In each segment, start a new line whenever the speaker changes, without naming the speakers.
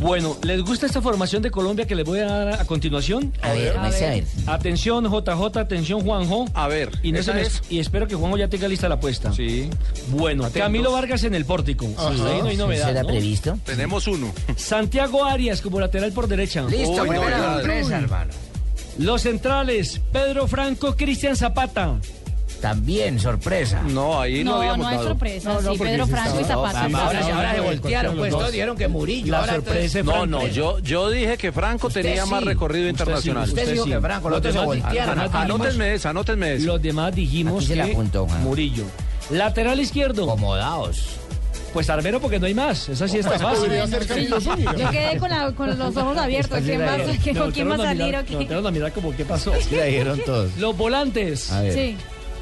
Bueno, ¿les gusta esta formación de Colombia que les voy a dar a continuación?
A ver, a ver. A ver.
Atención, JJ, atención, Juanjo.
A ver,
Y, no
¿esa
se me-
es?
y espero que Juanjo ya tenga lista la apuesta.
Sí.
Bueno,
Atentos.
Camilo Vargas en el pórtico. Hasta ahí no hay
Sí,
novedad.
¿Eso era
¿no?
previsto?
Tenemos uno.
Santiago Arias como lateral por derecha.
Uy,
Listo, fue
no,
buena
ya.
sorpresa, hermano.
Los centrales, Pedro Franco, Cristian Zapata.
También, sorpresa.
No, ahí no,
No, no,
habíamos
es
dado.
sorpresa. sí, Pedro Franco y Zapata.
Papá, ahora, se-
no,
ahora
no,
se
no,
voltearon,
no,
pues
no,
todos dijeron que Murillo.
La
ahora
sorpresa es
No,
Franco.
no, yo, yo dije que Franco
Usted
tenía
sí.
más recorrido
Usted
internacional.
sí,
Usted dijo
sí.
que Franco,
Los
los otros se
demás-
Ah,
voltearon.
Ana-
Acá
Ana-
no más.
Anótenme esa, anótenme esa.
Los demás dijimos
Aquí se
que
la apuntó, Juan.
Murillo. Lateral izquierdo,
Acomodados.
pues Armero porque no hay más. Esa sí está fácil.
Podría ser Camilo Zúñiga.
Yo quedé con, la- con los ojos abiertos. ¿Quién va, qué-
Me
¿Con quién va a
voltearon
salir
mirar-
o
me
qué?
voltearon a mirar como qué pasó.
La dijeron todos.
Los volantes.
A ver,
Sí,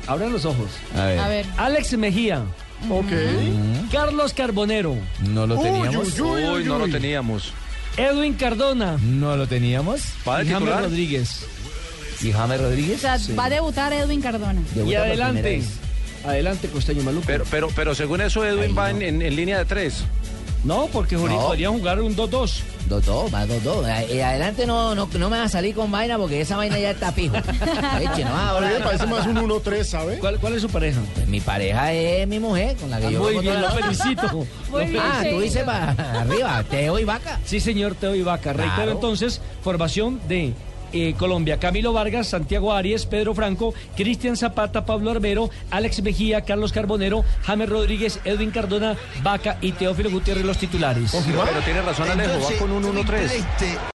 Abran los ojos.
a ver.
a ver.
Alex Mejía,
Ok.
¿Eh?
Carlos Carbonero,
No lo
Uy,
teníamos.
uy, uy,
Uy, no lo
uy.
teníamos.
Edwin Cardona,
No lo teníamos.
¿Va de
y James
titular?
Rodríguez.
¿Y James
O
Rodríguez?
sea, va a debutar Edwin Cardona.
Debuta
y
por primera
adelante.
vez.
Adelante, Costeño Maluco.
Pero, pero, pero según eso, Edwin va en, en- en línea de tres.
no, porque Jorge
No.
podría jugar un 2-2.
Dos, dos, más dos, dos. A- eh, Adelante no, no, no me va a salir con vaina porque esa vaina ya está fijo. Eche, no,
A mí me
ahora.
parece más un 1-3, ¿sabe?
¿Cuál, ¿Cuál es su pareja?
Pues mi pareja es mi mujer con la que
Ah,
yo
muy
vengo
bien, lo
toda la-
felicito.
Muy bien,
Ah, tú
Cheito.
dices para arriba, Teo y Vaca.
Sí, señor Teo Ibaca.
Claro.
Reitero entonces, formación de eh, Colombia. Camilo Vargas, Santiago Arias, Pedro Franco, Cristian Zapata, Pablo Armero, Alex Mejía, Carlos Carbonero, James Rodríguez, Edwin Cardona, Vaca y Teófilo Gutiérrez los titulares.
Pero tiene razón Alejo, va con un 1-3.